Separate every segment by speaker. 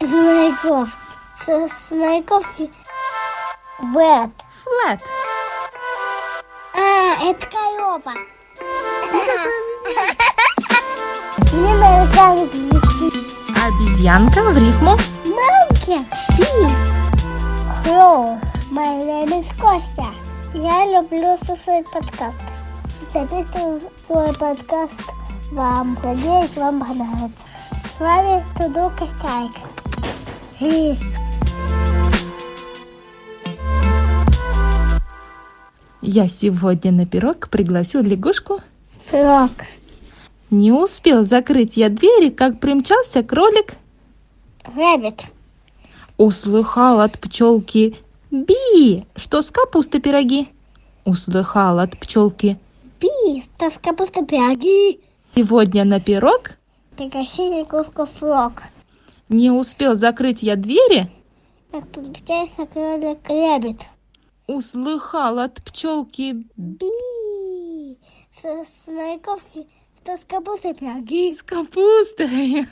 Speaker 1: З маяковки. З, з маяковки. Вет.
Speaker 2: Флет.
Speaker 1: А, это Кайопа. Мне нравятся
Speaker 2: Обіз'янка в рифму.
Speaker 1: Monkey. Hello, my name is Костя. Я люблю свой подкаст. Записываю свой подкаст вам. Надеюсь, вам понравится. С вами Туду Костяйка. И
Speaker 2: Я сегодня на пирог пригласил лягушку.
Speaker 1: Рок.
Speaker 2: Не успел закрыть я двери, как примчался кролик.
Speaker 1: Рэббит.
Speaker 2: Услыхал от пчелки «Би!» Что с капусты пироги? Услыхал от пчелки
Speaker 1: Пи, тоска просто пироги.
Speaker 2: «Сегодня на пирог?»
Speaker 1: Прекращение кубков рок.
Speaker 2: Не успел закрыть я двери,
Speaker 1: Как подключается кролик Рэббит.
Speaker 2: услыхал от пчелки
Speaker 1: Би. С, с маяковки. Что с капустой пироги.
Speaker 2: с капустой.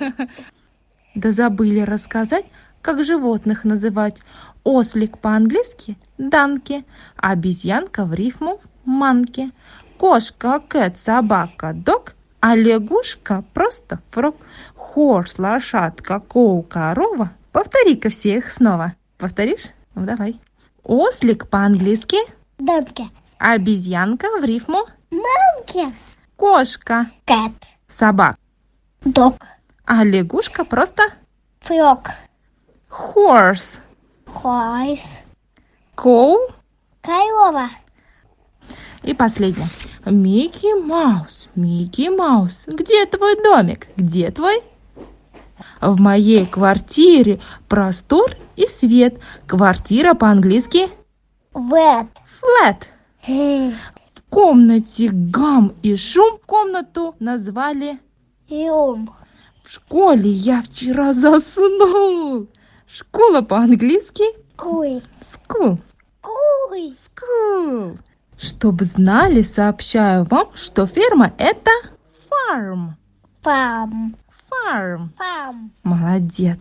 Speaker 2: Да забыли рассказать, как животных называть. Ослик по-английски – данки, обезьянка в рифму – манки, кошка, кэт, собака, дог, а лягушка – просто фрог. Хорс, лошадка, коу, корова. Повтори-ка все их снова. Повторишь? Ну, давай. Ослик по-английски,
Speaker 1: Данке.
Speaker 2: обезьянка в рифму
Speaker 1: Мамки.
Speaker 2: – кошка,
Speaker 1: Кэт.
Speaker 2: собака.
Speaker 1: Дог.
Speaker 2: А лягушка просто
Speaker 1: Фрог.
Speaker 2: horse.
Speaker 1: Хойс.
Speaker 2: Коу.
Speaker 1: Кайлова.
Speaker 2: И последнее. Микки Маус, Микки Маус, где твой домик? Где твой? В моей квартире простор и свет. Квартира по-английски
Speaker 1: Вет.
Speaker 2: flat.
Speaker 1: Хе.
Speaker 2: В комнате гам и шум комнату назвали
Speaker 1: Юм.
Speaker 2: в школе. Я вчера заснул. Школа по-английски
Speaker 1: Куй.
Speaker 2: school.
Speaker 1: Куй.
Speaker 2: School. Чтобы знали, сообщаю вам, что ферма это farm.
Speaker 1: Пам.
Speaker 2: Farm.
Speaker 1: Пам.
Speaker 2: Молодец.